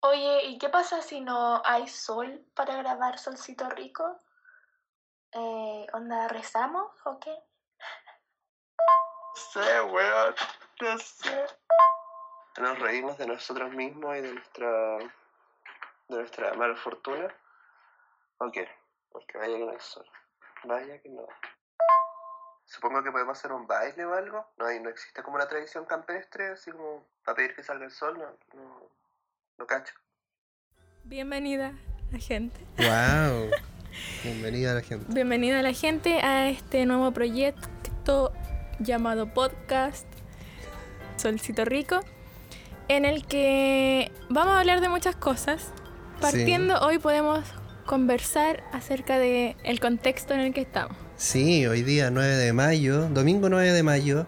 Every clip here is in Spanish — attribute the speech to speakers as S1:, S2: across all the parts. S1: Oye, ¿y qué pasa si no hay sol para grabar Solcito Rico? Eh, ¿Onda rezamos o qué?
S2: No sé, weón. No sé. Nos reímos de nosotros mismos y de nuestra. de nuestra mala fortuna. ¿O qué? Porque vaya que no hay sol. Vaya que no. Supongo que podemos hacer un baile o algo. No hay, no existe como una tradición campestre, así como para pedir que salga el sol, no, no, no cacho.
S3: Bienvenida la gente.
S4: ¡Wow! Bienvenida a la gente.
S3: Bienvenida la gente a este nuevo proyecto llamado podcast Solcito Rico, en el que vamos a hablar de muchas cosas. Partiendo hoy podemos conversar acerca de el contexto en el que estamos.
S4: Sí, hoy día 9 de mayo, domingo 9 de mayo,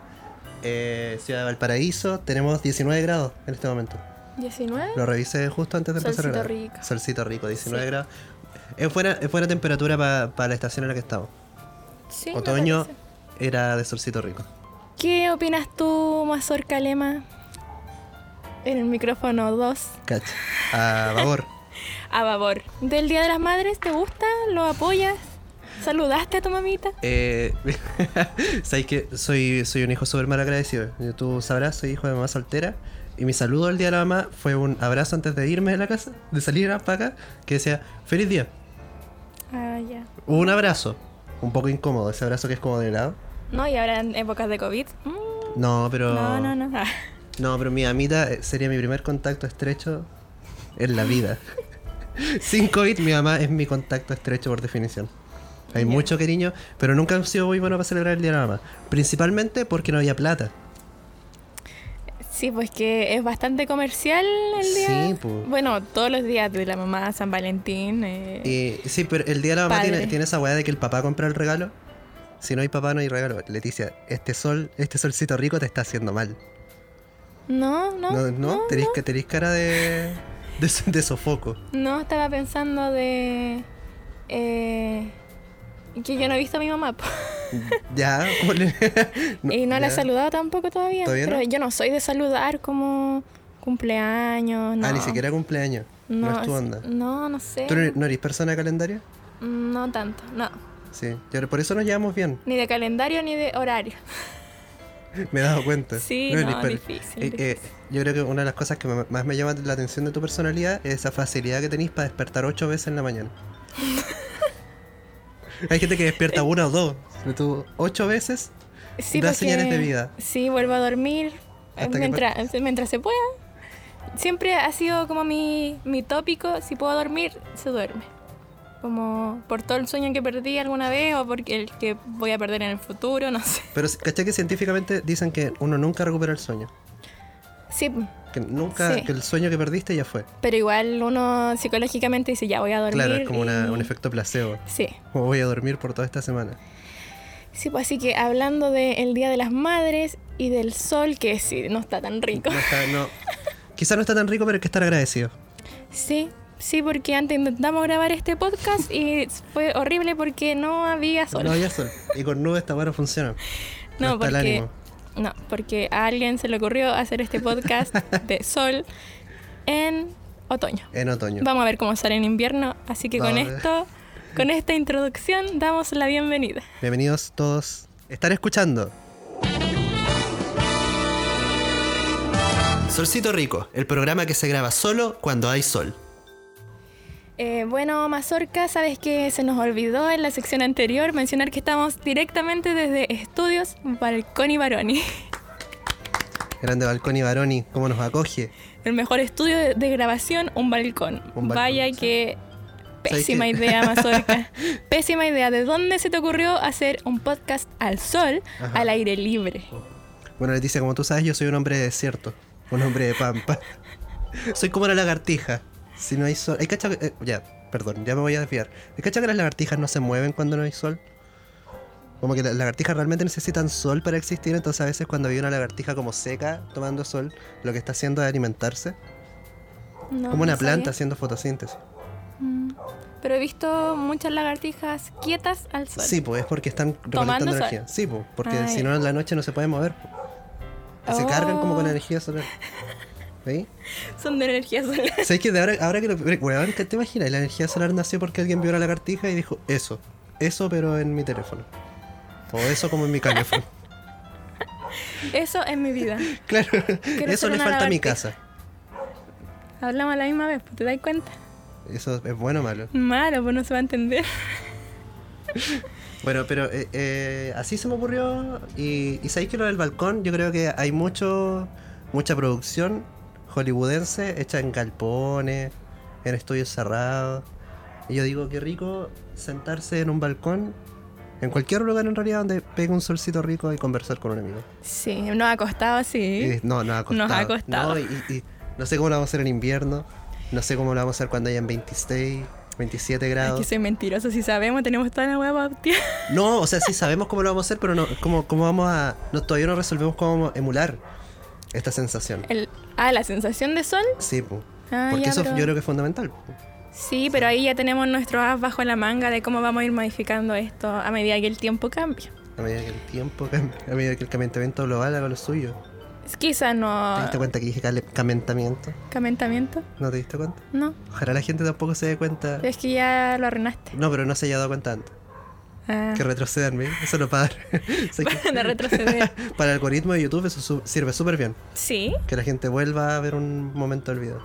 S4: eh, Ciudad de Valparaíso, tenemos 19 grados en este momento.
S3: 19.
S4: Lo revisé justo antes de empezar a
S3: Solcito
S4: grabar.
S3: rico.
S4: Solcito rico, 19
S3: Sí.
S4: grados. Es buena, es buena temperatura para la estación en la que estamos.
S3: Sí, me
S4: Otoño
S3: parece.
S4: era de solcito rico.
S3: ¿Qué opinas tú, Mazorca Lema? En el micrófono 2.
S4: Cacho. A favor.
S3: A favor. ¿Del Día de las Madres te gusta? ¿Lo apoyas? ¿Saludaste a tu mamita?
S4: Eh, Sabéis que soy, soy un hijo súper mal agradecido. Tú sabrás, soy hijo de mamá soltera. Y mi saludo al día de la mamá fue un abrazo antes de irme de la casa, de salir a para acá, que decía, feliz día.
S3: Ah, ya.
S4: Hubo un abrazo, un poco incómodo, ese abrazo que es como de lado.
S3: No, y ahora en épocas de COVID. mm,
S4: No, pero.
S3: No, no, no. Ah,
S4: No, pero mi amita eh, sería mi primer contacto estrecho en la vida. Sin COVID, mi mamá es mi contacto estrecho por definición. Hay
S3: Ya.
S4: mucho cariño, pero nunca han sido muy buenos para celebrar el día de la mamá. Principalmente porque no había plata.
S3: Sí, pues que es bastante comercial el día.
S4: Sí, pues.
S3: Bueno, todos los días de la mamá, San Valentín. eh,
S4: Y- sí, pero el día de la mamá
S3: Padre.
S4: tiene, tiene esa weá de que el papá compra el regalo. Si no hay papá, no hay regalo. Leticia, este sol, este solcito rico te está haciendo mal.
S3: No, no.
S4: No, no, tenés,
S3: no.
S4: que- tenés cara de, de, so- de sofoco.
S3: No, estaba pensando de. eh, que yo no he visto a mi mamá. po.
S4: Ya, ¿cómo le-
S3: y no la he
S4: ya.
S3: saludado tampoco todavía.
S4: ¿Todavía
S3: pero
S4: no?
S3: yo no soy de saludar como cumpleaños. No.
S4: Ah, ni siquiera cumpleaños. No, es tu onda.
S3: No, no sé.
S4: ¿Tú no- no eres persona de calendario?
S3: No tanto, no.
S4: Sí. Yo- por eso nos llevamos bien.
S3: Ni de calendario ni de horario.
S4: Me he dado cuenta.
S3: Sí,
S4: eres
S3: no,
S4: per-
S3: difícil,
S4: Eh, eh, yo creo que una de las cosas que me- más me llama la atención de tu personalidad es esa facilidad que tenéis para despertar ocho veces en la mañana. Hay gente que despierta una o dos. pero tú ocho veces.
S3: Sí,
S4: Da
S3: porque-
S4: señales de vida.
S3: Sí, vuelvo a dormir eh,
S4: Hasta que
S3: mientras, mientras se pueda. Siempre ha sido como mi, mi tópico, si puedo dormir, se duerme. Como por todo el sueño que perdí alguna vez o porque el que voy a perder en el futuro, no sé.
S4: Pero caché que científicamente dicen que uno nunca recupera el sueño.
S3: Sí,
S4: Que nunca,
S3: Sí.
S4: que el sueño que perdiste ya fue.
S3: pero igual uno psicológicamente dice, ya voy a dormir.
S4: Claro, es como una-
S3: y-
S4: un efecto placebo.
S3: Sí,
S4: Como voy a dormir por toda esta semana.
S3: sí, pues así que hablando del Día de las Madres y del sol, que sí, no está tan rico.
S4: No está, no. Quizá no está tan rico, pero hay que estar agradecido.
S3: Sí, sí, porque antes intentamos grabar este podcast y fue horrible porque no había sol.
S4: No
S3: No,
S4: había sol. Y con nubes esta hueá no funciona.
S3: No,
S4: está el
S3: porque-
S4: ánimo.
S3: porque a alguien se le ocurrió hacer este podcast de sol en otoño.
S4: En otoño.
S3: Vamos a ver cómo sale en invierno, así que con
S4: Vamos a ver.
S3: esto, con esta introducción damos la bienvenida.
S4: Bienvenidos todos. Están escuchando. Solcito Rico, el programa que se graba solo cuando hay sol.
S3: Eh, bueno, Mazorca, sabes que se nos olvidó en la sección anterior mencionar que estamos directamente desde Estudios Balcón y Baroni,
S4: Grande Balcón y Baroni, cómo nos acoge.
S3: el mejor estudio de, de grabación, un balcón.
S4: Un balcón,
S3: Vaya
S4: sí.
S3: que
S4: ¿Sabes qué?
S3: Pésima idea, Mazorca. Pésima idea. ¿De dónde se te ocurrió hacer un podcast al sol,
S4: Ajá.
S3: al aire libre?
S4: Bueno, Leticia, como tú sabes, yo soy un hombre de desierto, un hombre de pampa. soy como una lagartija. Si no hay sol. Hay cacha que- eh, ya, perdón, ya me voy a desviar. ¿Hay cacha que las lagartijas no se mueven cuando no hay sol? Como que las lagartijas realmente necesitan sol para existir, entonces a veces cuando hay una lagartija como seca tomando sol, lo que está haciendo es alimentarse.
S3: No,
S4: Como una
S3: Ah, no sabía.
S4: planta haciendo fotosíntesis.
S3: Mm. Pero he visto muchas lagartijas quietas al sol.
S4: Sí, pues es porque están recolectando
S3: Tomando sol.
S4: energía. Sí, pues, porque
S3: Ay.
S4: si no en la noche no se pueden mover. po. Se
S3: Oh.
S4: cargan como con energía solar. ¿Veis?
S3: Son de energía solar.
S4: ¿Sabes que de ahora, ahora que lo. Weón, ¿qué te imaginas? La energía solar nació porque alguien vio la lagartija y dijo eso. Eso, pero en mi teléfono. O eso como en mi calefón.
S3: Eso es mi vida.
S4: claro, eso
S3: ser
S4: le
S3: una
S4: falta a mi
S3: lagartija.
S4: casa.
S3: Hablamos a la misma vez, pues, ¿te das cuenta?
S4: Eso es bueno o malo.
S3: Malo, pues no se va a entender.
S4: Bueno, pero eh, eh, así se me ocurrió. Y, y sabéis que lo del balcón, yo creo que hay mucho mucha producción hollywoodense hecha en galpones, en estudios cerrados. Y yo digo, qué rico sentarse en un balcón, en cualquier lugar en realidad donde pegue un solcito rico y conversar con un amigo.
S3: Sí, nos ha costado, sí.
S4: Y no, nos ha costado.
S3: Nos ha costado.
S4: No, y, y- no sé cómo lo vamos a hacer en invierno, no sé cómo lo vamos a hacer cuando hayan 26, 27
S3: Es
S4: grados.
S3: que soy mentiroso, si sabemos, tenemos toda la hueá para
S4: No, o sea, sí sabemos cómo lo vamos a hacer, pero no, cómo, cómo vamos a. No, todavía no resolvemos cómo vamos a emular esta sensación.
S3: El, ah, la sensación de sol.
S4: Sí, po.
S3: Ah,
S4: porque
S3: ya,
S4: eso
S3: pero-
S4: yo creo que es fundamental. po.
S3: Sí, pero ahí ya tenemos nuestro as bajo la manga de cómo vamos a ir modificando esto a medida que el tiempo cambia.
S4: A medida que el tiempo, cambia, a medida que el calentamiento global haga lo suyo.
S3: Es- Quizás no.
S4: ¿Te diste cuenta que dije cale- calentamiento?
S3: ¿Calentamiento?
S4: ¿No te diste cuenta?
S3: No.
S4: Ojalá la gente tampoco se dé cuenta.
S3: Es que ya lo arruinaste.
S4: No, pero no se haya dado cuenta antes.
S3: Ah,
S4: Que retrocedan, ¿ve? Eso no para. Sé que-
S3: Para retroceder.
S4: para el algoritmo de YouTube eso su- sirve súper bien.
S3: Sí.
S4: Que la gente vuelva a ver un momento del video.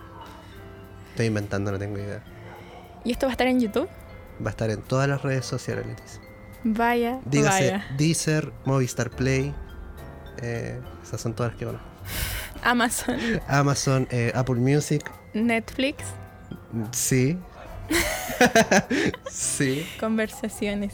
S4: Estoy inventando, no tengo idea.
S3: ¿Y esto va a estar en YouTube?
S4: Va a estar en todas las redes sociales, Leticia.
S3: Vaya,
S4: Dígase
S3: vaya.
S4: Deezer, Movistar Play. eh, esas son todas las que conozco.
S3: Amazon,
S4: Amazon, eh, Apple Music.
S3: Netflix,
S4: mm, Sí. sí.
S3: conversaciones.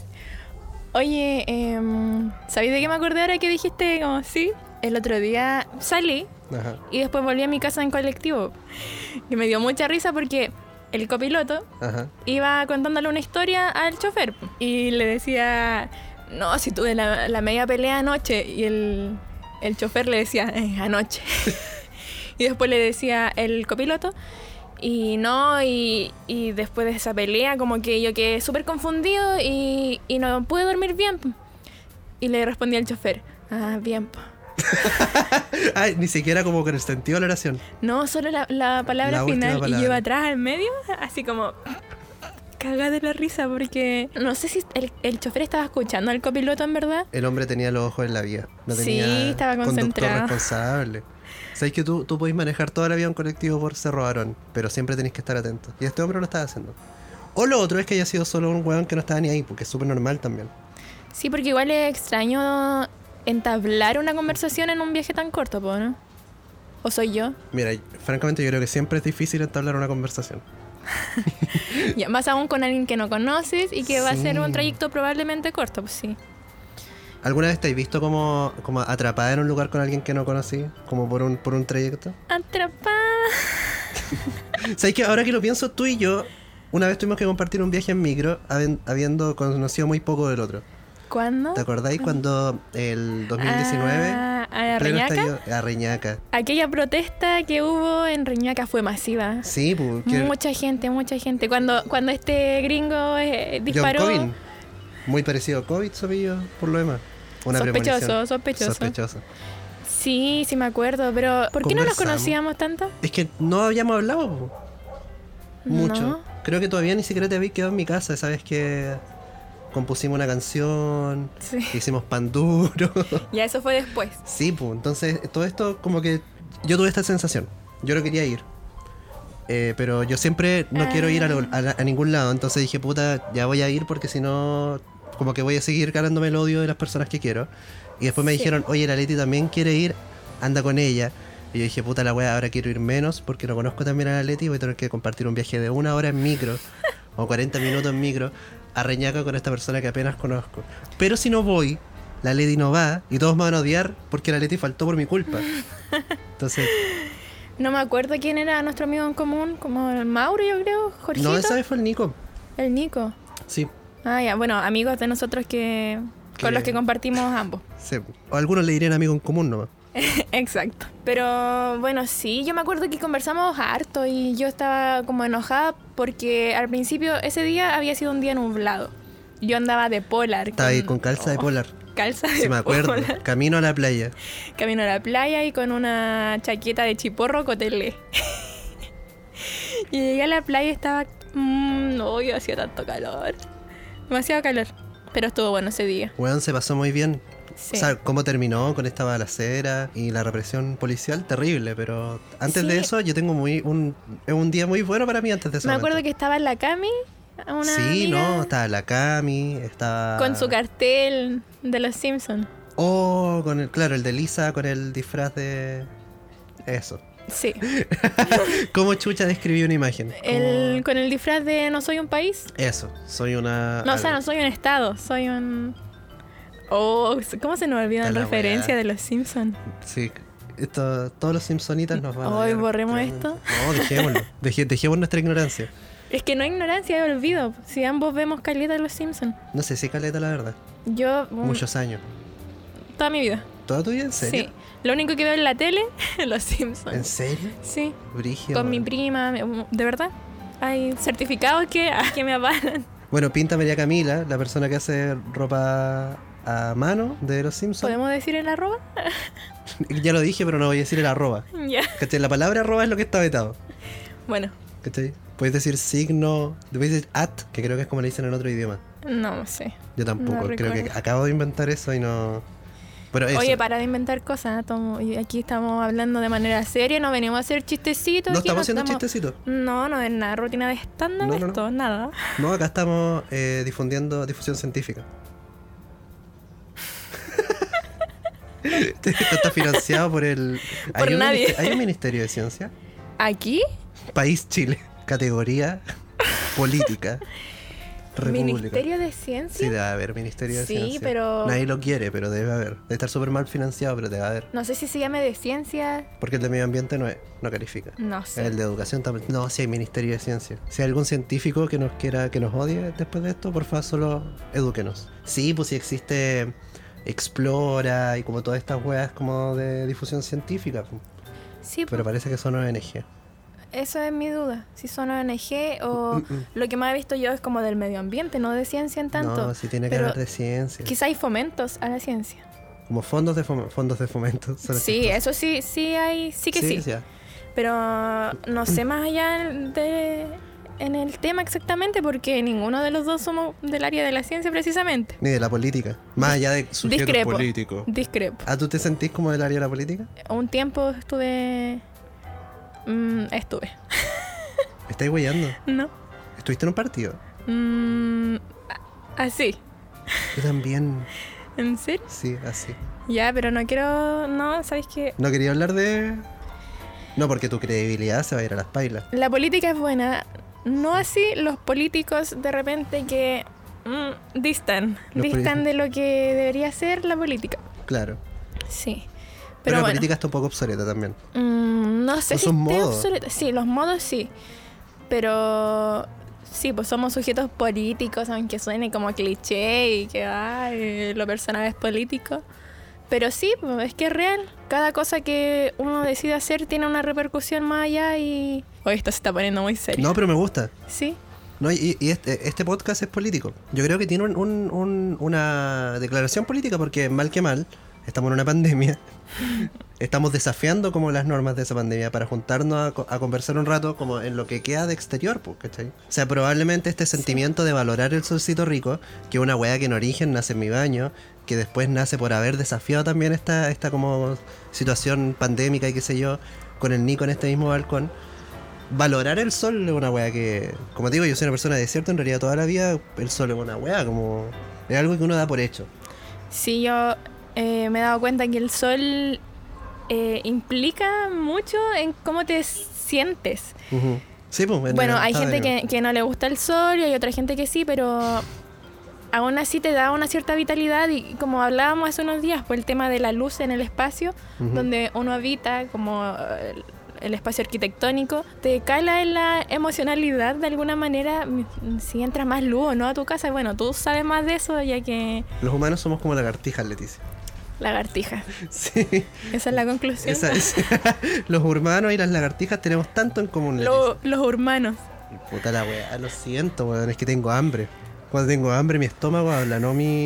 S3: Oye, em, ¿sabéis de qué me acordé ahora que dijiste como sí? El otro día salí
S4: Ajá.
S3: y después volví a mi casa en colectivo. Que me dio mucha risa porque el copiloto
S4: Ajá.
S3: iba contándole una historia al chofer y le decía, no, si tuve la, la media pelea anoche y el, el chofer le decía, "Eh, anoche. y después le decía el copiloto, y no, y, y después de esa pelea como que yo quedé súper confundido y, y no pude dormir bien. Y le respondía el chofer, ah, bien. po".
S4: Ay, ni siquiera como con el sentido de la oración.
S3: No, solo la, la palabra
S4: La última
S3: final y
S4: palabra.
S3: lleva atrás al medio, así como caga de la risa, porque no sé si el, el chofer estaba escuchando al copiloto en verdad.
S4: El hombre tenía los ojos en la vía. No
S3: Sí,
S4: tenía
S3: estaba
S4: conductor
S3: concentrado.
S4: responsable. Sabes que tú, tú podés manejar toda la vida un colectivo por Cerro Barón, pero siempre tenés que estar atento. Y este hombre lo estaba haciendo. O lo otro es que haya sido solo un huevón que no estaba ni ahí, porque es súper normal también.
S3: Sí, porque igual es extraño entablar una conversación en un viaje tan corto, po, ¿no? ¿O soy yo?
S4: Mira, y- francamente yo creo que siempre es difícil entablar una conversación.
S3: Ya, más aún con alguien que no conoces y que va a ser un
S4: Sí.
S3: trayecto probablemente corto, pues sí.
S4: ¿Alguna vez te has visto como, como atrapada en un lugar con alguien que no conocí? Como por un, por un trayecto.
S3: Atrapada.
S4: ¿Sabes que ahora que lo pienso, tú y yo, una vez tuvimos que compartir un viaje en micro, haben- habiendo conocido muy poco del otro.
S3: ¿Cuándo?
S4: ¿Te acordáis cuando el 2019...
S3: Ah, a
S4: pleno
S3: Reñaca.
S4: estallido- a Reñaca.
S3: Aquella protesta que hubo en Reñaca fue masiva.
S4: Sí, porque...
S3: Mucha gente, mucha gente. Cuando, cuando este gringo eh,
S4: John
S3: disparó.
S4: Cobin, muy parecido a COVID, Sopillo, por lo demás. Una
S3: Sospechoso,
S4: premonición.
S3: sospechoso.
S4: Sospechoso.
S3: Sí, sí me acuerdo, pero ¿por qué no nos
S4: Conversamos.
S3: conocíamos tanto?
S4: Es que no habíamos hablado po. mucho.
S3: No.
S4: Creo que todavía ni siquiera te habéis quedado en mi casa, ¿sabes? Que compusimos una canción,
S3: Sí.
S4: hicimos pan duro.
S3: Ya eso fue después.
S4: sí, pues. Entonces, todo esto, como que yo tuve esta sensación. Yo no quería ir. Eh, pero yo siempre no
S3: Ah.
S4: quiero ir a, lo- a la- a ningún lado. Entonces dije, puta, ya voy a ir porque si no, como que voy a seguir ganándome el odio de las personas que quiero. Y después me
S3: Sí.
S4: dijeron, oye, la Leti también quiere ir, anda con ella. Y yo dije, puta la wea, ahora quiero ir menos porque no conozco también a la Leti y voy a tener que compartir un viaje de una hora en micro o 40 minutos en micro a Reñaca con esta persona que apenas conozco. Pero si no voy, la Leti no va y todos me van a odiar porque la Leti faltó por mi culpa. Entonces,
S3: No me acuerdo quién era nuestro amigo en común, como el Mauro, yo creo, Jorgito,
S4: no, esa vez fue el Nico.
S3: el Nico.
S4: Sí,
S3: Ah, ya, bueno, amigos de nosotros que
S4: Que-
S3: con los que compartimos ambos.
S4: sí. O algunos le dirían amigo en común nomás.
S3: Exacto. Pero bueno, sí, yo me acuerdo que conversamos harto y yo estaba como enojada porque al principio ese día había sido un día nublado. Yo andaba de polar.
S4: Estaba ahí con calza de
S3: Oh,
S4: polar.
S3: calza de
S4: Si me acuerdo.
S3: pola,
S4: Camino a la playa.
S3: camino a la playa y con una chaqueta de chiporro cotelé. y llegué a la playa y estaba... mm, no, yo hacía tanto calor. Demasiado calor. Pero estuvo bueno ese día.
S4: Weón se pasó muy bien.
S3: Sí.
S4: O sea, cómo terminó con esta balacera y la represión policial, terrible, pero antes
S3: Sí.
S4: de eso yo tengo muy un, es un día muy bueno para mí antes de eso.
S3: me acuerdo que estaba en la Cami. Una
S4: Sí,
S3: amiga,
S4: no, estaba la Cami, estaba...
S3: Con su cartel de los Simpsons.
S4: Oh, con el, claro, el de Lisa con el disfraz de... Eso.
S3: Sí.
S4: ¿Cómo chucha describí una imagen? ¿Cómo-
S3: El, con el disfraz de No soy un país.
S4: Eso, soy una...
S3: No, o sea, no soy un estado, soy un. Oh, ¿cómo se nos olvidan
S4: Está la
S3: referencia
S4: weá.
S3: de los Simpsons?
S4: Sí, esto, todos los Simpsonitas nos van a...
S3: Hoy
S4: odiar
S3: borremos
S4: tremendo.
S3: esto.
S4: No, dejémoslo. Deje- dejemos nuestra ignorancia.
S3: Es que no hay ignorancia, hay olvido. Si ambos vemos caleta de los Simpsons.
S4: No sé, sí, Caleta, la verdad.
S3: Yo. mm,
S4: Muchos años.
S3: Toda mi vida.
S4: ¿Toda tu vida? ¿En serio?
S3: Sí. Lo único que veo en la tele, los
S4: ¿En
S3: Simpsons.
S4: serio?
S3: Sí.
S4: Brígido.
S3: Con mi
S4: weón.
S3: prima, mi- mm, de verdad. Hay certificados que, que me avalan.
S4: Bueno, pinta María Camila, la persona que hace ropa a mano de los Simpsons.
S3: ¿Podemos decir el arroba?
S4: Ya lo dije, pero no voy a decir el arroba.
S3: ya.
S4: ¿Cachai? La palabra arroba es lo que está vetado.
S3: Bueno,
S4: ¿Cachai? Puedes decir signo, puedes decir at, que creo que es como le dicen en otro idioma.
S3: no sé.
S4: Yo tampoco,
S3: No
S4: creo que
S3: recuerdo.
S4: acabo de inventar eso y no. Pero eso.
S3: Oye, para de inventar cosas, ¿eh? Tomo. Y Aquí estamos hablando de manera seria, no venimos a hacer chistecitos.
S4: no
S3: aquí,
S4: estamos haciendo chistecitos.
S3: No, no es nada, rutina de estándar,
S4: No, no, no.
S3: esto, nada.
S4: No, acá estamos eh, difundiendo difusión científica. Esto está financiado por el.
S3: Por
S4: un
S3: nadie.
S4: ministe- ¿Hay un Ministerio de Ciencia?
S3: Aquí,
S4: País Chile. Categoría política. República.
S3: Ministerio de
S4: Sí,
S3: Ciencia.
S4: debe haber Ministerio de
S3: Sí,
S4: Ciencia.
S3: pero-
S4: Nadie lo quiere, pero debe haber. Debe estar súper mal financiado, pero debe haber.
S3: no sé si se llame de ciencia,
S4: Porque el de medio ambiente no, es- no califica.
S3: no sé.
S4: El de educación también. No, si hay Ministerio de Ciencia. Si hay algún científico que nos quiera, que nos odie después de esto, por favor, solo edúquenos. Sí, pues si existe Explora y como todas estas weas como de difusión científica. pues.
S3: Sí,
S4: Pero
S3: po,
S4: parece que son ONG.
S3: eso es mi duda. Si son ONG o lo que más he visto yo es como del medio ambiente, no de ciencia en tanto.
S4: Mm, No, si tiene que
S3: pero
S4: hablar de ciencia.
S3: Quizá hay fomentos a la ciencia.
S4: Como fondos de, fome- fondos de fomento. son los
S3: Sí,
S4: que-
S3: eso sí, sí hay, sí que sí.
S4: ya.
S3: Pero no sé más allá de, en el tema exactamente porque ninguno de los dos somos del área de la ciencia precisamente.
S4: Ni de la política. Más allá de sujetos
S3: Discrepo.
S4: políticos.
S3: Discrepo.
S4: ¿Ah, tú te sentís como del área de la política?
S3: Un tiempo estuve... mm, estuve.
S4: ¿Me estáis weyando?
S3: No.
S4: ¿Estuviste en un partido?
S3: Mm, a- así.
S4: Yo también.
S3: ¿En serio?
S4: Sí, así.
S3: Ya, pero no quiero... No, ¿sabes qué?
S4: No quería hablar de. No, porque tu credibilidad se va a ir a las pailas.
S3: La política es buena. No así los políticos de repente que... mm, distan.
S4: Los
S3: distan
S4: políticos.
S3: de lo que debería ser la política.
S4: Claro.
S3: Sí.
S4: Pero,
S3: Pero,
S4: la
S3: bueno.
S4: política está un poco obsoleta también.
S3: Mm, no sé
S4: Pues
S3: si
S4: son
S3: esté
S4: modos.
S3: obsoleto. Sí, los modos sí. Pero sí, pues somos sujetos políticos, aunque suene como cliché y que ay, lo personal es político. Pero sí, pues, es que es real. Cada cosa que uno decide hacer tiene una repercusión más allá y. Hoy esto se está poniendo muy serio.
S4: No, pero me gusta.
S3: Sí.
S4: No, y, y este, este podcast es político. Yo creo que tiene un- un- un- una declaración política porque mal que mal, estamos en una pandemia. Estamos desafiando como las normas de esa pandemia para juntarnos a co- a, conversar un rato como en lo que queda de exterior, pues, ¿cachai? O sea, probablemente este sentimiento de valorar el solcito rico, que es una weá que en origen nace en mi baño, que después nace por haber desafiado también esta, esta como situación pandémica y qué sé yo, con el Nico en este mismo balcón valorar el sol es una weá que, como te digo, yo soy una persona de desierto, en realidad toda la vida el sol es una weá, como es algo que uno da por hecho.
S3: Sí, yo eh, me he dado cuenta que el sol eh, implica mucho en cómo te sientes.
S4: Ujú. Sí, pues, en
S3: Bueno,
S4: el
S3: hay
S4: estado
S3: gente
S4: de
S3: que, que no le gusta el sol y hay otra gente que sí, pero aún así te da una cierta vitalidad y como hablábamos hace unos días, pues el tema de la luz en el espacio,
S4: Ujú.
S3: donde uno habita, como eh, el, el espacio arquitectónico, te cala en la emocionalidad de alguna manera mm, si entra más luz o no a tu casa. Bueno, tú sabes más de eso ya que
S4: Los humanos somos como lagartijas, Leticia.
S3: lagartija.
S4: Sí,
S3: Esa es la conclusión.
S4: esa es- los humanos y las lagartijas tenemos tanto en común, Leticia.
S3: Lo- los urbanos.
S4: Puta la weá, lo siento, weón, es que tengo hambre. Cuando tengo hambre, mi estómago habla, no mi.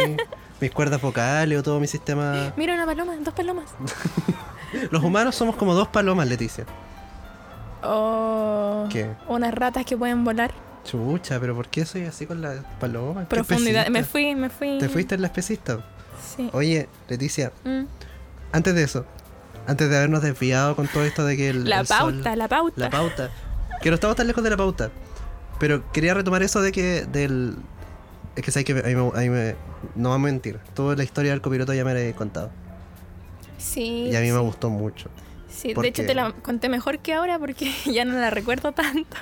S4: mis cuerdas vocales o todo mi sistema.
S3: Mira una paloma, dos palomas.
S4: Los humanos somos como dos palomas, Leticia.
S3: Oh,
S4: ¿Qué?
S3: unas ratas que pueden volar.
S4: Chucha, pero ¿por qué soy así con las palomas? ¿Qué
S3: Profundidad. Me
S4: especista?
S3: fui, me fui.
S4: Te fuiste en la especista.
S3: Sí.
S4: Oye, Leticia,
S3: Mm.
S4: antes de eso, antes de habernos desviado con todo esto de que el.
S3: La
S4: el sol-
S3: pauta, la pauta.
S4: La pauta. Que no estamos tan lejos de la pauta. Pero quería retomar eso de que del. Es que sabes que a mí, me- a mí me- No vamos a mentir. Toda la historia del copiloto ya me la he contado.
S3: Sí.
S4: Y a mí me gustó mucho.
S3: sí.
S4: ¿por
S3: De hecho,
S4: qué?
S3: te la conté mejor que ahora porque ya no la recuerdo tanto.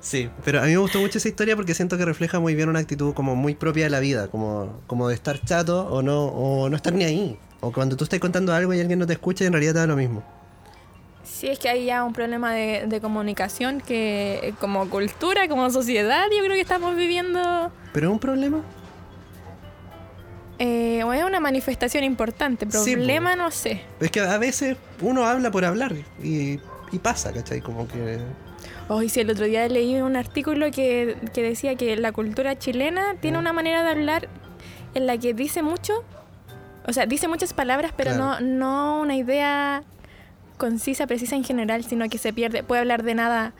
S4: Sí. Pero a mí me gustó mucho esa historia porque siento que refleja muy bien una actitud como muy propia de la vida. Como, como de estar chato o no, o no estar ni ahí. O cuando tú estás contando algo y alguien no te escucha y en realidad te da lo mismo.
S3: Sí, es que hay ya un problema de, de comunicación que eh, como cultura, como sociedad, yo creo que estamos viviendo...
S4: ¿Pero es un problema?
S3: eh, o es una manifestación importante,
S4: Sí,
S3: problema no sé.
S4: Es que a veces uno habla por hablar y, y pasa, ¿cachai? Como que...
S3: Hoy sí, el otro día leí un artículo que, que decía que la cultura chilena tiene
S4: Mm.
S3: una manera de hablar en la que dice mucho, o sea, dice muchas palabras, pero
S4: Claro.
S3: no, no una idea concisa, precisa en general, sino que se pierde, puede hablar de nada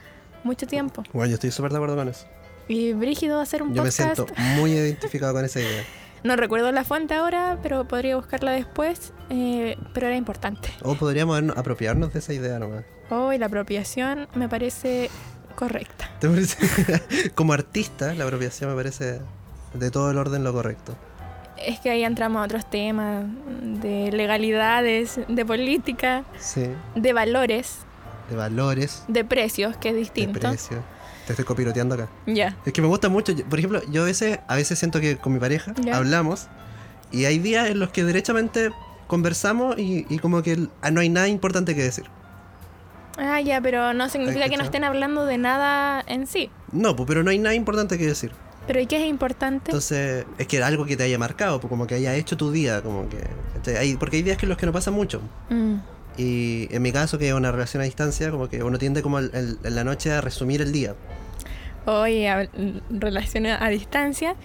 S3: mucho tiempo.
S4: Bueno, yo estoy súper de acuerdo con eso.
S3: Y Brígido va a hacer un
S4: Yo me
S3: podcast.
S4: siento muy identificado con esa idea.
S3: No recuerdo la fuente ahora, pero podría buscarla después, eh, pero era importante.
S4: O podríamos habernos- apropiarnos de esa idea nomás.
S3: Hoy la apropiación me parece correcta.
S4: ¿Te parece? Como artista, la apropiación me parece de todo el orden lo correcto.
S3: Es que ahí entramos a otros temas de legalidades, de política,
S4: Sí.
S3: de valores,
S4: De valores,
S3: de precios, que es
S4: de
S3: distinto.
S4: precio. Te estoy copiroteando acá.
S3: Ya.
S4: Es que me gusta mucho. Yo- Por ejemplo, yo a veces, a veces siento que con mi pareja
S3: Ya.
S4: hablamos y hay días en los que derechamente conversamos y, y como que el- ah, no hay nada importante que decir.
S3: Ah, ya, pero no significa que no
S4: cachado?
S3: estén hablando de nada en sí.
S4: No, pues, pero no hay nada importante que decir.
S3: Pero ¿y qué es importante?
S4: Entonces, es que algo que te haya marcado, pues, como que haya hecho tu día, como que... ¿cachai? Hay- porque hay días que en los que no pasa mucho.
S3: Mm,
S4: Y en mi caso, que es una relación a distancia, como que uno tiende como el- el- en la noche a resumir el día.
S3: Hoy, a- en relación a a distancia,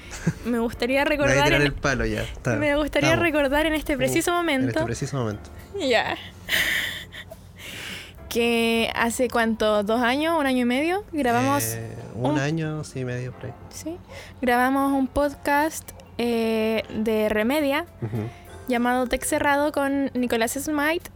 S3: me gustaría
S4: Me voy a
S3: recordar...
S4: tirar
S3: en-
S4: el palo ya. está.
S3: me gustaría
S4: Vamos,
S3: recordar en este preciso
S4: En
S3: momento
S4: este preciso momento.
S3: Ya. Que hace cuánto, dos años, un año y medio, grabamos,
S4: Eh, un
S3: un-
S4: año, sí, medio por ahí.
S3: ¿sí? grabamos un podcast eh, de Remedia
S4: Ujú.
S3: llamado Tech Cerrado con Nicolás Smite,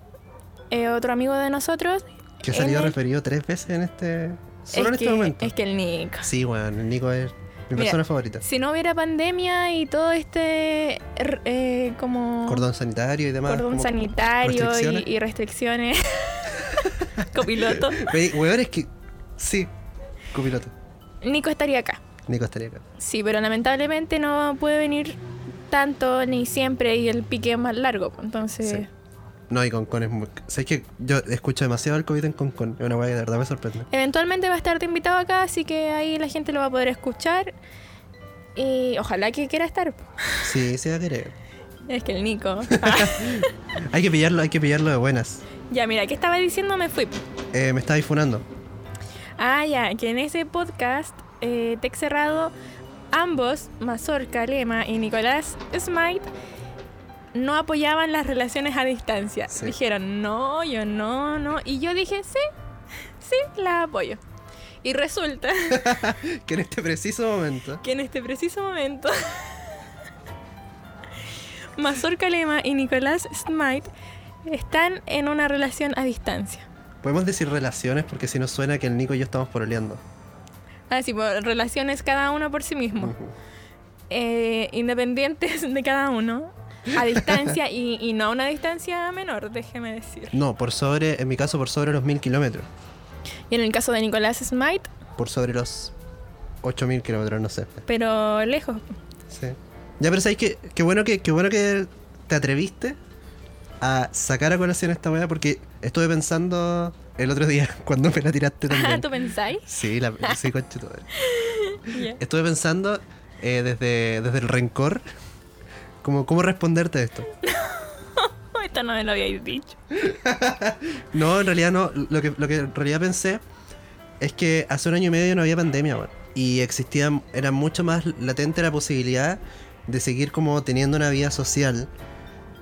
S3: eh, otro amigo de nosotros.
S4: Que ha salido
S3: En el-
S4: referido tres veces en este... Solo en
S3: es,
S4: este
S3: que,
S4: momento.
S3: es que el Nico.
S4: Sí, bueno, el Nico es mi
S3: Mira,
S4: persona favorita.
S3: Si no hubiera pandemia y todo este er, eh, como
S4: Cordón sanitario y demás.
S3: cordón
S4: como-
S3: sanitario
S4: restricciones.
S3: y, y restricciones, copiloto,
S4: Ve- Weón, es que... Sí, copiloto.
S3: Nico estaría acá.
S4: Nico estaría acá.
S3: Sí, pero lamentablemente no puede venir tanto ni siempre y el pique es más largo. pues, Entonces,
S4: Sí. No, y Concon es muy... ¿Sabes que Yo escucho demasiado el COVID en Concon. Es una weá que de verdad me sorprende.
S3: eventualmente va a estar de invitado acá, así que ahí la gente lo va a poder escuchar. Y ojalá que quiera estar. po.
S4: Sí, sí va a querer.
S3: Es que el Nico.
S4: Hay que pillarlo, hay que pillarlo de buenas.
S3: ya, mira, ¿qué estaba diciendo? Me fui.
S4: Eh, me está difunando.
S3: Ah, ya, que en ese podcast, eh, Tech Cerrado, ambos, Mazorca, Lema y Nicolás Smite, no apoyaban las relaciones a distancia.
S4: Sí.
S3: Dijeron, no, yo no, no. Y yo dije, sí, sí, las apoyo. Y resulta
S4: Que en este preciso momento.
S3: que en este preciso momento, Mazorca Lema y Nicolás Smite están en una relación a distancia.
S4: Podemos decir relaciones porque si no suena que el Nico y yo estamos poroleando.
S3: Así, por Ah, relaciones cada uno por sí mismo. eh, independientes de cada uno, a distancia y, y no a una distancia menor, déjeme decir.
S4: No, por sobre, en mi caso, por sobre los mil kilómetros.
S3: Y en el caso de Nicolás Smite,
S4: Por sobre los ocho mil kilómetros, no sé.
S3: pero lejos.
S4: Sí. Ya, pero sabéis que qué bueno que, qué bueno que te atreviste a sacar a colación esta weá porque estuve pensando el otro día cuando me la tiraste
S3: Ah,
S4: también.
S3: ¿Tú pensáis?
S4: Sí, la, sí, conchetumare.
S3: Ya.
S4: Estuve pensando eh, desde, desde el rencor, como cómo responderte a esto.
S3: Oh, esto no me lo habíais dicho.
S4: No, en realidad no. Lo que, lo que en realidad pensé es que hace un año y medio no había pandemia, weón. Y existía, era mucho más latente la posibilidad de seguir como teniendo una vida social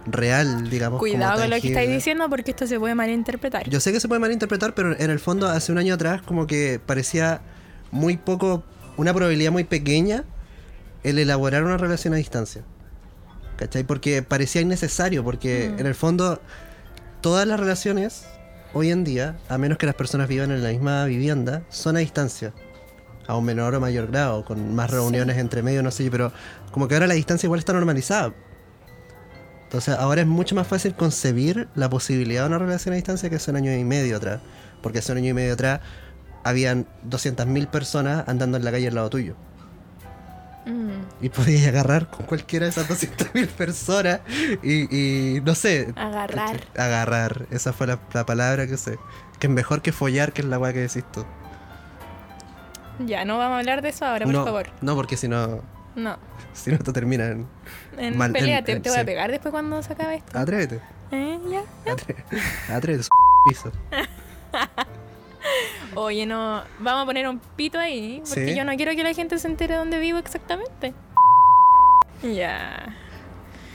S4: real, digamos. como
S3: Cuidado con lo que
S4: tangible.
S3: estáis diciendo porque esto se puede malinterpretar.
S4: Yo sé que se puede malinterpretar, pero en el fondo hace un año atrás como que parecía muy poco, una probabilidad muy pequeña el elaborar una relación a distancia. ¿Cachai? Porque parecía innecesario, porque
S3: Mm.
S4: en el fondo todas las relaciones hoy en día, a menos que las personas vivan en la misma vivienda, son a distancia. A un menor o mayor grado, con más reuniones entre medio, no sé, pero como que ahora la distancia igual está normalizada. Entonces ahora es mucho más fácil concebir la posibilidad de una relación a distancia que hace un año y medio atrás. Porque hace un año y medio atrás habían 200.000 personas andando en la calle al lado tuyo.
S3: Mm,
S4: Y podías agarrar con cualquiera de esas 200.000 personas y, y no sé.
S3: agarrar.
S4: Agarrar. Esa fue la, la palabra que usé. Que es mejor que follar, que es la weá que decís tú.
S3: Ya, no vamos a hablar de eso ahora, por
S4: no,
S3: favor.
S4: No, porque si no,
S3: No.
S4: si no te terminan.
S3: En
S4: Mal- en-
S3: pelea te,
S4: en-
S3: te voy
S4: sí.
S3: a pegar después cuando se acabe esto.
S4: Atrévete.
S3: ¿Eh? ¿Ya?
S4: atre- Atrévete, su piso.
S3: Oye, no. Vamos a poner un pito ahí. Porque
S4: Sí.
S3: yo no quiero que la gente se entere dónde vivo exactamente. Ya.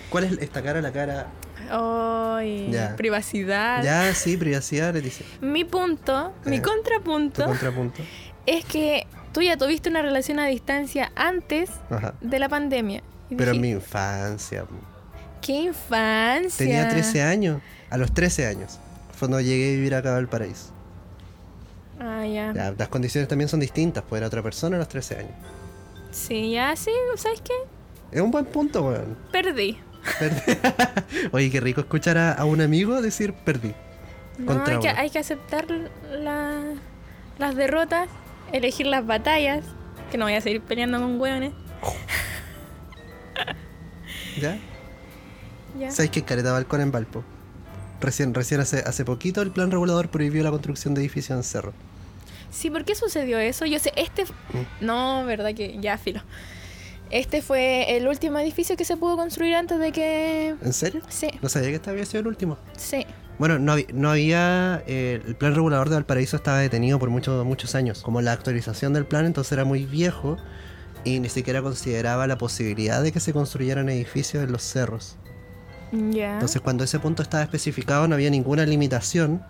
S4: ¿Cuál es esta cara, la cara?
S3: Ay,
S4: Ya.
S3: privacidad.
S4: Ya, sí, privacidad, Leticia.
S3: Mi punto, mi
S4: Eh,
S3: contrapunto,
S4: Tu contrapunto.
S3: es que tú ya tuviste una relación a distancia antes
S4: Ajá.
S3: de la pandemia. Y
S4: Pero en
S3: dije,
S4: mi infancia. po.
S3: ¡Qué infancia!
S4: Tenía 13 años. A los 13 años. Fue cuando llegué a vivir acá a Valparaíso.
S3: Ah, ya.
S4: Ya, las condiciones también son distintas, pues era otra persona a los 13 años.
S3: Sí, ya, sí, ¿sabes qué?
S4: Es un buen punto, weón.
S3: Perdí.
S4: Perdí. Oye, qué rico escuchar a, a un amigo decir perdí.
S3: No,
S4: Contra
S3: hay que,
S4: uno.
S3: hay que aceptar la- las derrotas, elegir las batallas, que no voy a seguir peleando con hueones.
S4: ¿Ya?
S3: Ya.
S4: ¿Sabes qué? Careta Balcón en Valpo. Recién, recién hace, hace poquito el plan regulador prohibió la construcción de edificios en cerro.
S3: Sí, ¿por qué sucedió eso? Yo sé, este...
S4: Mm.
S3: No, verdad que ya filo. Este fue el último edificio que se pudo construir antes de que...
S4: ¿En serio?
S3: Sí,
S4: No sabía que este había sido el último.
S3: sí.
S4: Bueno, no, hab- no había. eh, el plan regulador de Valparaíso estaba detenido por muchos muchos años. Como la actualización del plan, entonces era muy viejo y ni siquiera consideraba la posibilidad de que se construyeran edificios en los cerros.
S3: Ya.
S4: Entonces, cuando ese punto estaba especificado, no había ninguna limitación,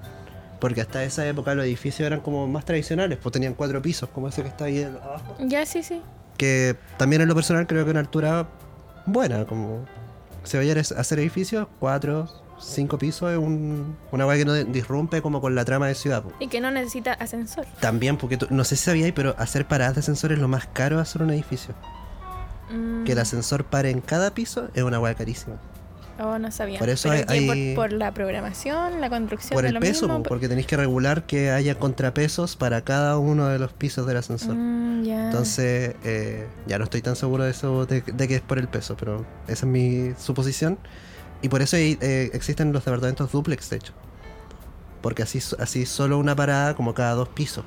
S4: porque hasta esa época los edificios eran como más tradicionales, pues tenían cuatro pisos, como ese que está ahí abajo.
S3: Ya, sí, sí.
S4: Que también en lo personal creo que una altura buena, como se vayan a hacer edificios, cuatro, cinco pisos, es un, una weá que no de- disrumpe como con la trama de ciudad. po.
S3: Y que no necesita ascensor.
S4: También, porque tú- no sé si sabíais, pero hacer paradas de ascensor es lo más caro de hacer un edificio.
S3: Mm.
S4: Que el ascensor pare en cada piso es una weá carísima.
S3: Oh, no sabía.
S4: Por eso
S3: Pero
S4: hay-
S3: que
S4: hay-
S3: Por, por la programación, la construcción
S4: Por
S3: de
S4: el
S3: lo
S4: peso,
S3: mismo.
S4: po, porque tenéis que regular que haya contrapesos para cada uno de los pisos del ascensor.
S3: Mm, ya.
S4: Entonces, eh, ya no estoy tan seguro de eso, de, de que es por el peso, pero esa es mi suposición. Y por eso hay, eh, existen los departamentos duplex, de hecho. Porque así, so- así solo una parada como cada dos pisos.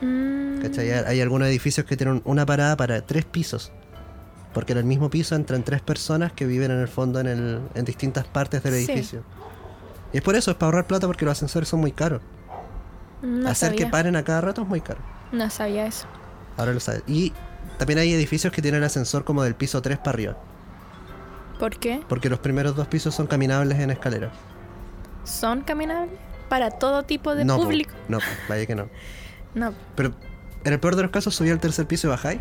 S3: Mm.
S4: ¿cachai? Hay- Hay algunos edificios que tienen una parada para tres pisos. Porque en el mismo piso entran tres personas que viven en el fondo en, el, en distintas partes del
S3: Sí.
S4: edificio. Y es por eso, es para ahorrar plata porque los ascensores son muy caros.
S3: No
S4: Hacer
S3: sabía.
S4: que paren a cada rato es muy caro.
S3: No sabía eso.
S4: Ahora lo sabes. Y también hay edificios que tienen ascensor como del piso 3 para arriba.
S3: ¿Por qué?
S4: Porque los primeros dos pisos son caminables en escalera.
S3: ¿Son caminables? Para todo tipo de
S4: no, pues. po,
S3: público.
S4: no, po, vaya que no.
S3: No.
S4: Pero en el peor de los casos subí al tercer piso y bajáis.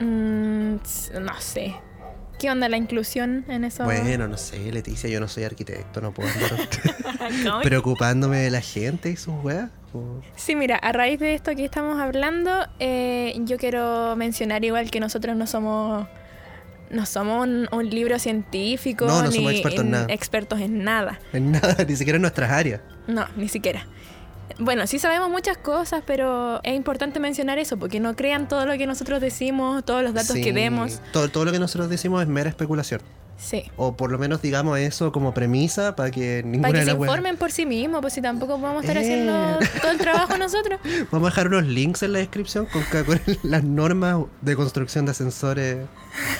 S3: Mm, s- no sé. ¿Qué onda la inclusión en eso?
S4: Bueno, no sé, Leticia, yo no soy arquitecto, no puedo andar
S3: ¿Cómo?
S4: preocupándome de la gente y sus weas. po.
S3: Sí, mira, a raíz de esto que estamos hablando, eh, yo quiero mencionar igual que nosotros no somos no somos un, un libro científico
S4: No, no
S3: ni
S4: somos expertos en nada.
S3: expertos en nada.
S4: En nada, ni siquiera en nuestras áreas.
S3: No, ni siquiera. Bueno, sí sabemos muchas cosas, pero es importante mencionar eso, porque no crean todo lo que nosotros decimos, todos los datos
S4: Sí,
S3: que demos.
S4: Todo, todo lo que nosotros decimos es mera especulación.
S3: Sí.
S4: O por lo menos digamos eso como premisa para que ninguna
S3: Para
S4: de
S3: que se
S4: las weas-
S3: informen por sí mismos, pues si tampoco vamos a estar
S4: Eh.
S3: haciendo todo el trabajo nosotros.
S4: Vamos a dejar unos links en la descripción con, ca- con las normas de construcción de ascensores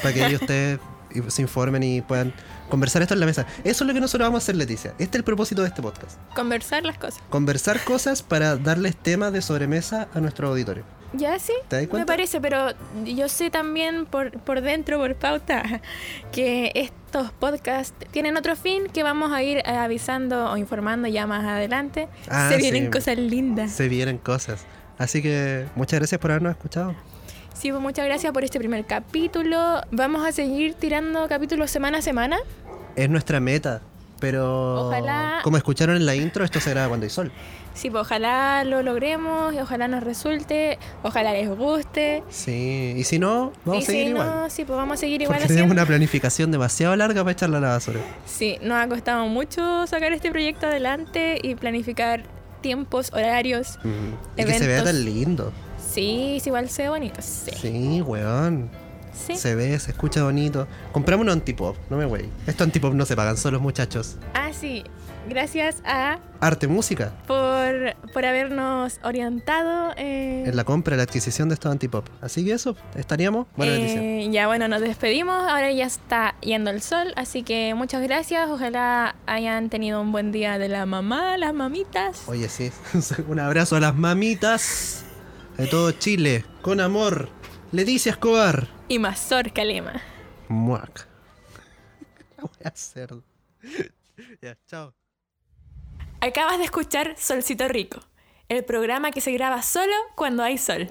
S4: para que ahí ustedes y- se informen y puedan conversar esto en la mesa. Eso es lo que nosotros vamos a hacer, Leticia. Este es el propósito de este podcast.
S3: Conversar las cosas.
S4: Conversar cosas para darles temas de sobremesa a nuestro auditorio.
S3: Ya sí,
S4: ¿Te das
S3: me
S4: cuenta?
S3: parece, pero yo sé también por, por dentro, por pauta, que estos podcasts tienen otro fin que vamos a ir eh, avisando o informando ya más adelante.
S4: Ah,
S3: Se
S4: sí.
S3: vienen cosas lindas.
S4: Se vienen cosas. Así que muchas gracias por habernos escuchado.
S3: Sí, pues, muchas gracias por este primer capítulo. Vamos a seguir tirando capítulos semana a semana.
S4: Es nuestra meta. Pero
S3: Ojalá-
S4: como escucharon en la intro, esto se graba cuando hay sol.
S3: Sí, pues ojalá lo logremos, ojalá nos resulte, ojalá les guste.
S4: Sí. Y si no, vamos
S3: y
S4: a seguir
S3: si
S4: igual.
S3: no, sí, pues vamos a seguir igual
S4: Porque
S3: haciendo.
S4: tenemos una planificación demasiado larga para echarla a la basura.
S3: Sí, nos ha costado mucho sacar este proyecto adelante y planificar tiempos, horarios.
S4: Mm. Y que se vea
S3: Eventos.
S4: tan lindo.
S3: Sí, sí, igual se ve bonito. Sí.
S4: Sí, weón.
S3: sí.
S4: Se ve, se escucha bonito. Compramos un antipop, no me wey. Estos antipop no se pagan solos, muchachos.
S3: Ah, sí. Gracias a
S4: Arte, música.
S3: por, por habernos orientado. eh,
S4: En la compra, la adquisición de estos antipop. Así que eso, estaríamos. Buena
S3: eh,
S4: bendición.
S3: ya bueno, nos despedimos. Ahora ya está yendo el sol, así que muchas gracias. Ojalá hayan tenido un buen día de la mamá, las mamitas.
S4: Oye, sí. un abrazo a las mamitas de todo Chile. Con amor. Leticia Escobar.
S3: Y mazorca lema.
S4: Muac. Voy a hacer. ya, chao.
S3: Acabas de escuchar Solcito Rico, el programa que se graba solo cuando hay sol.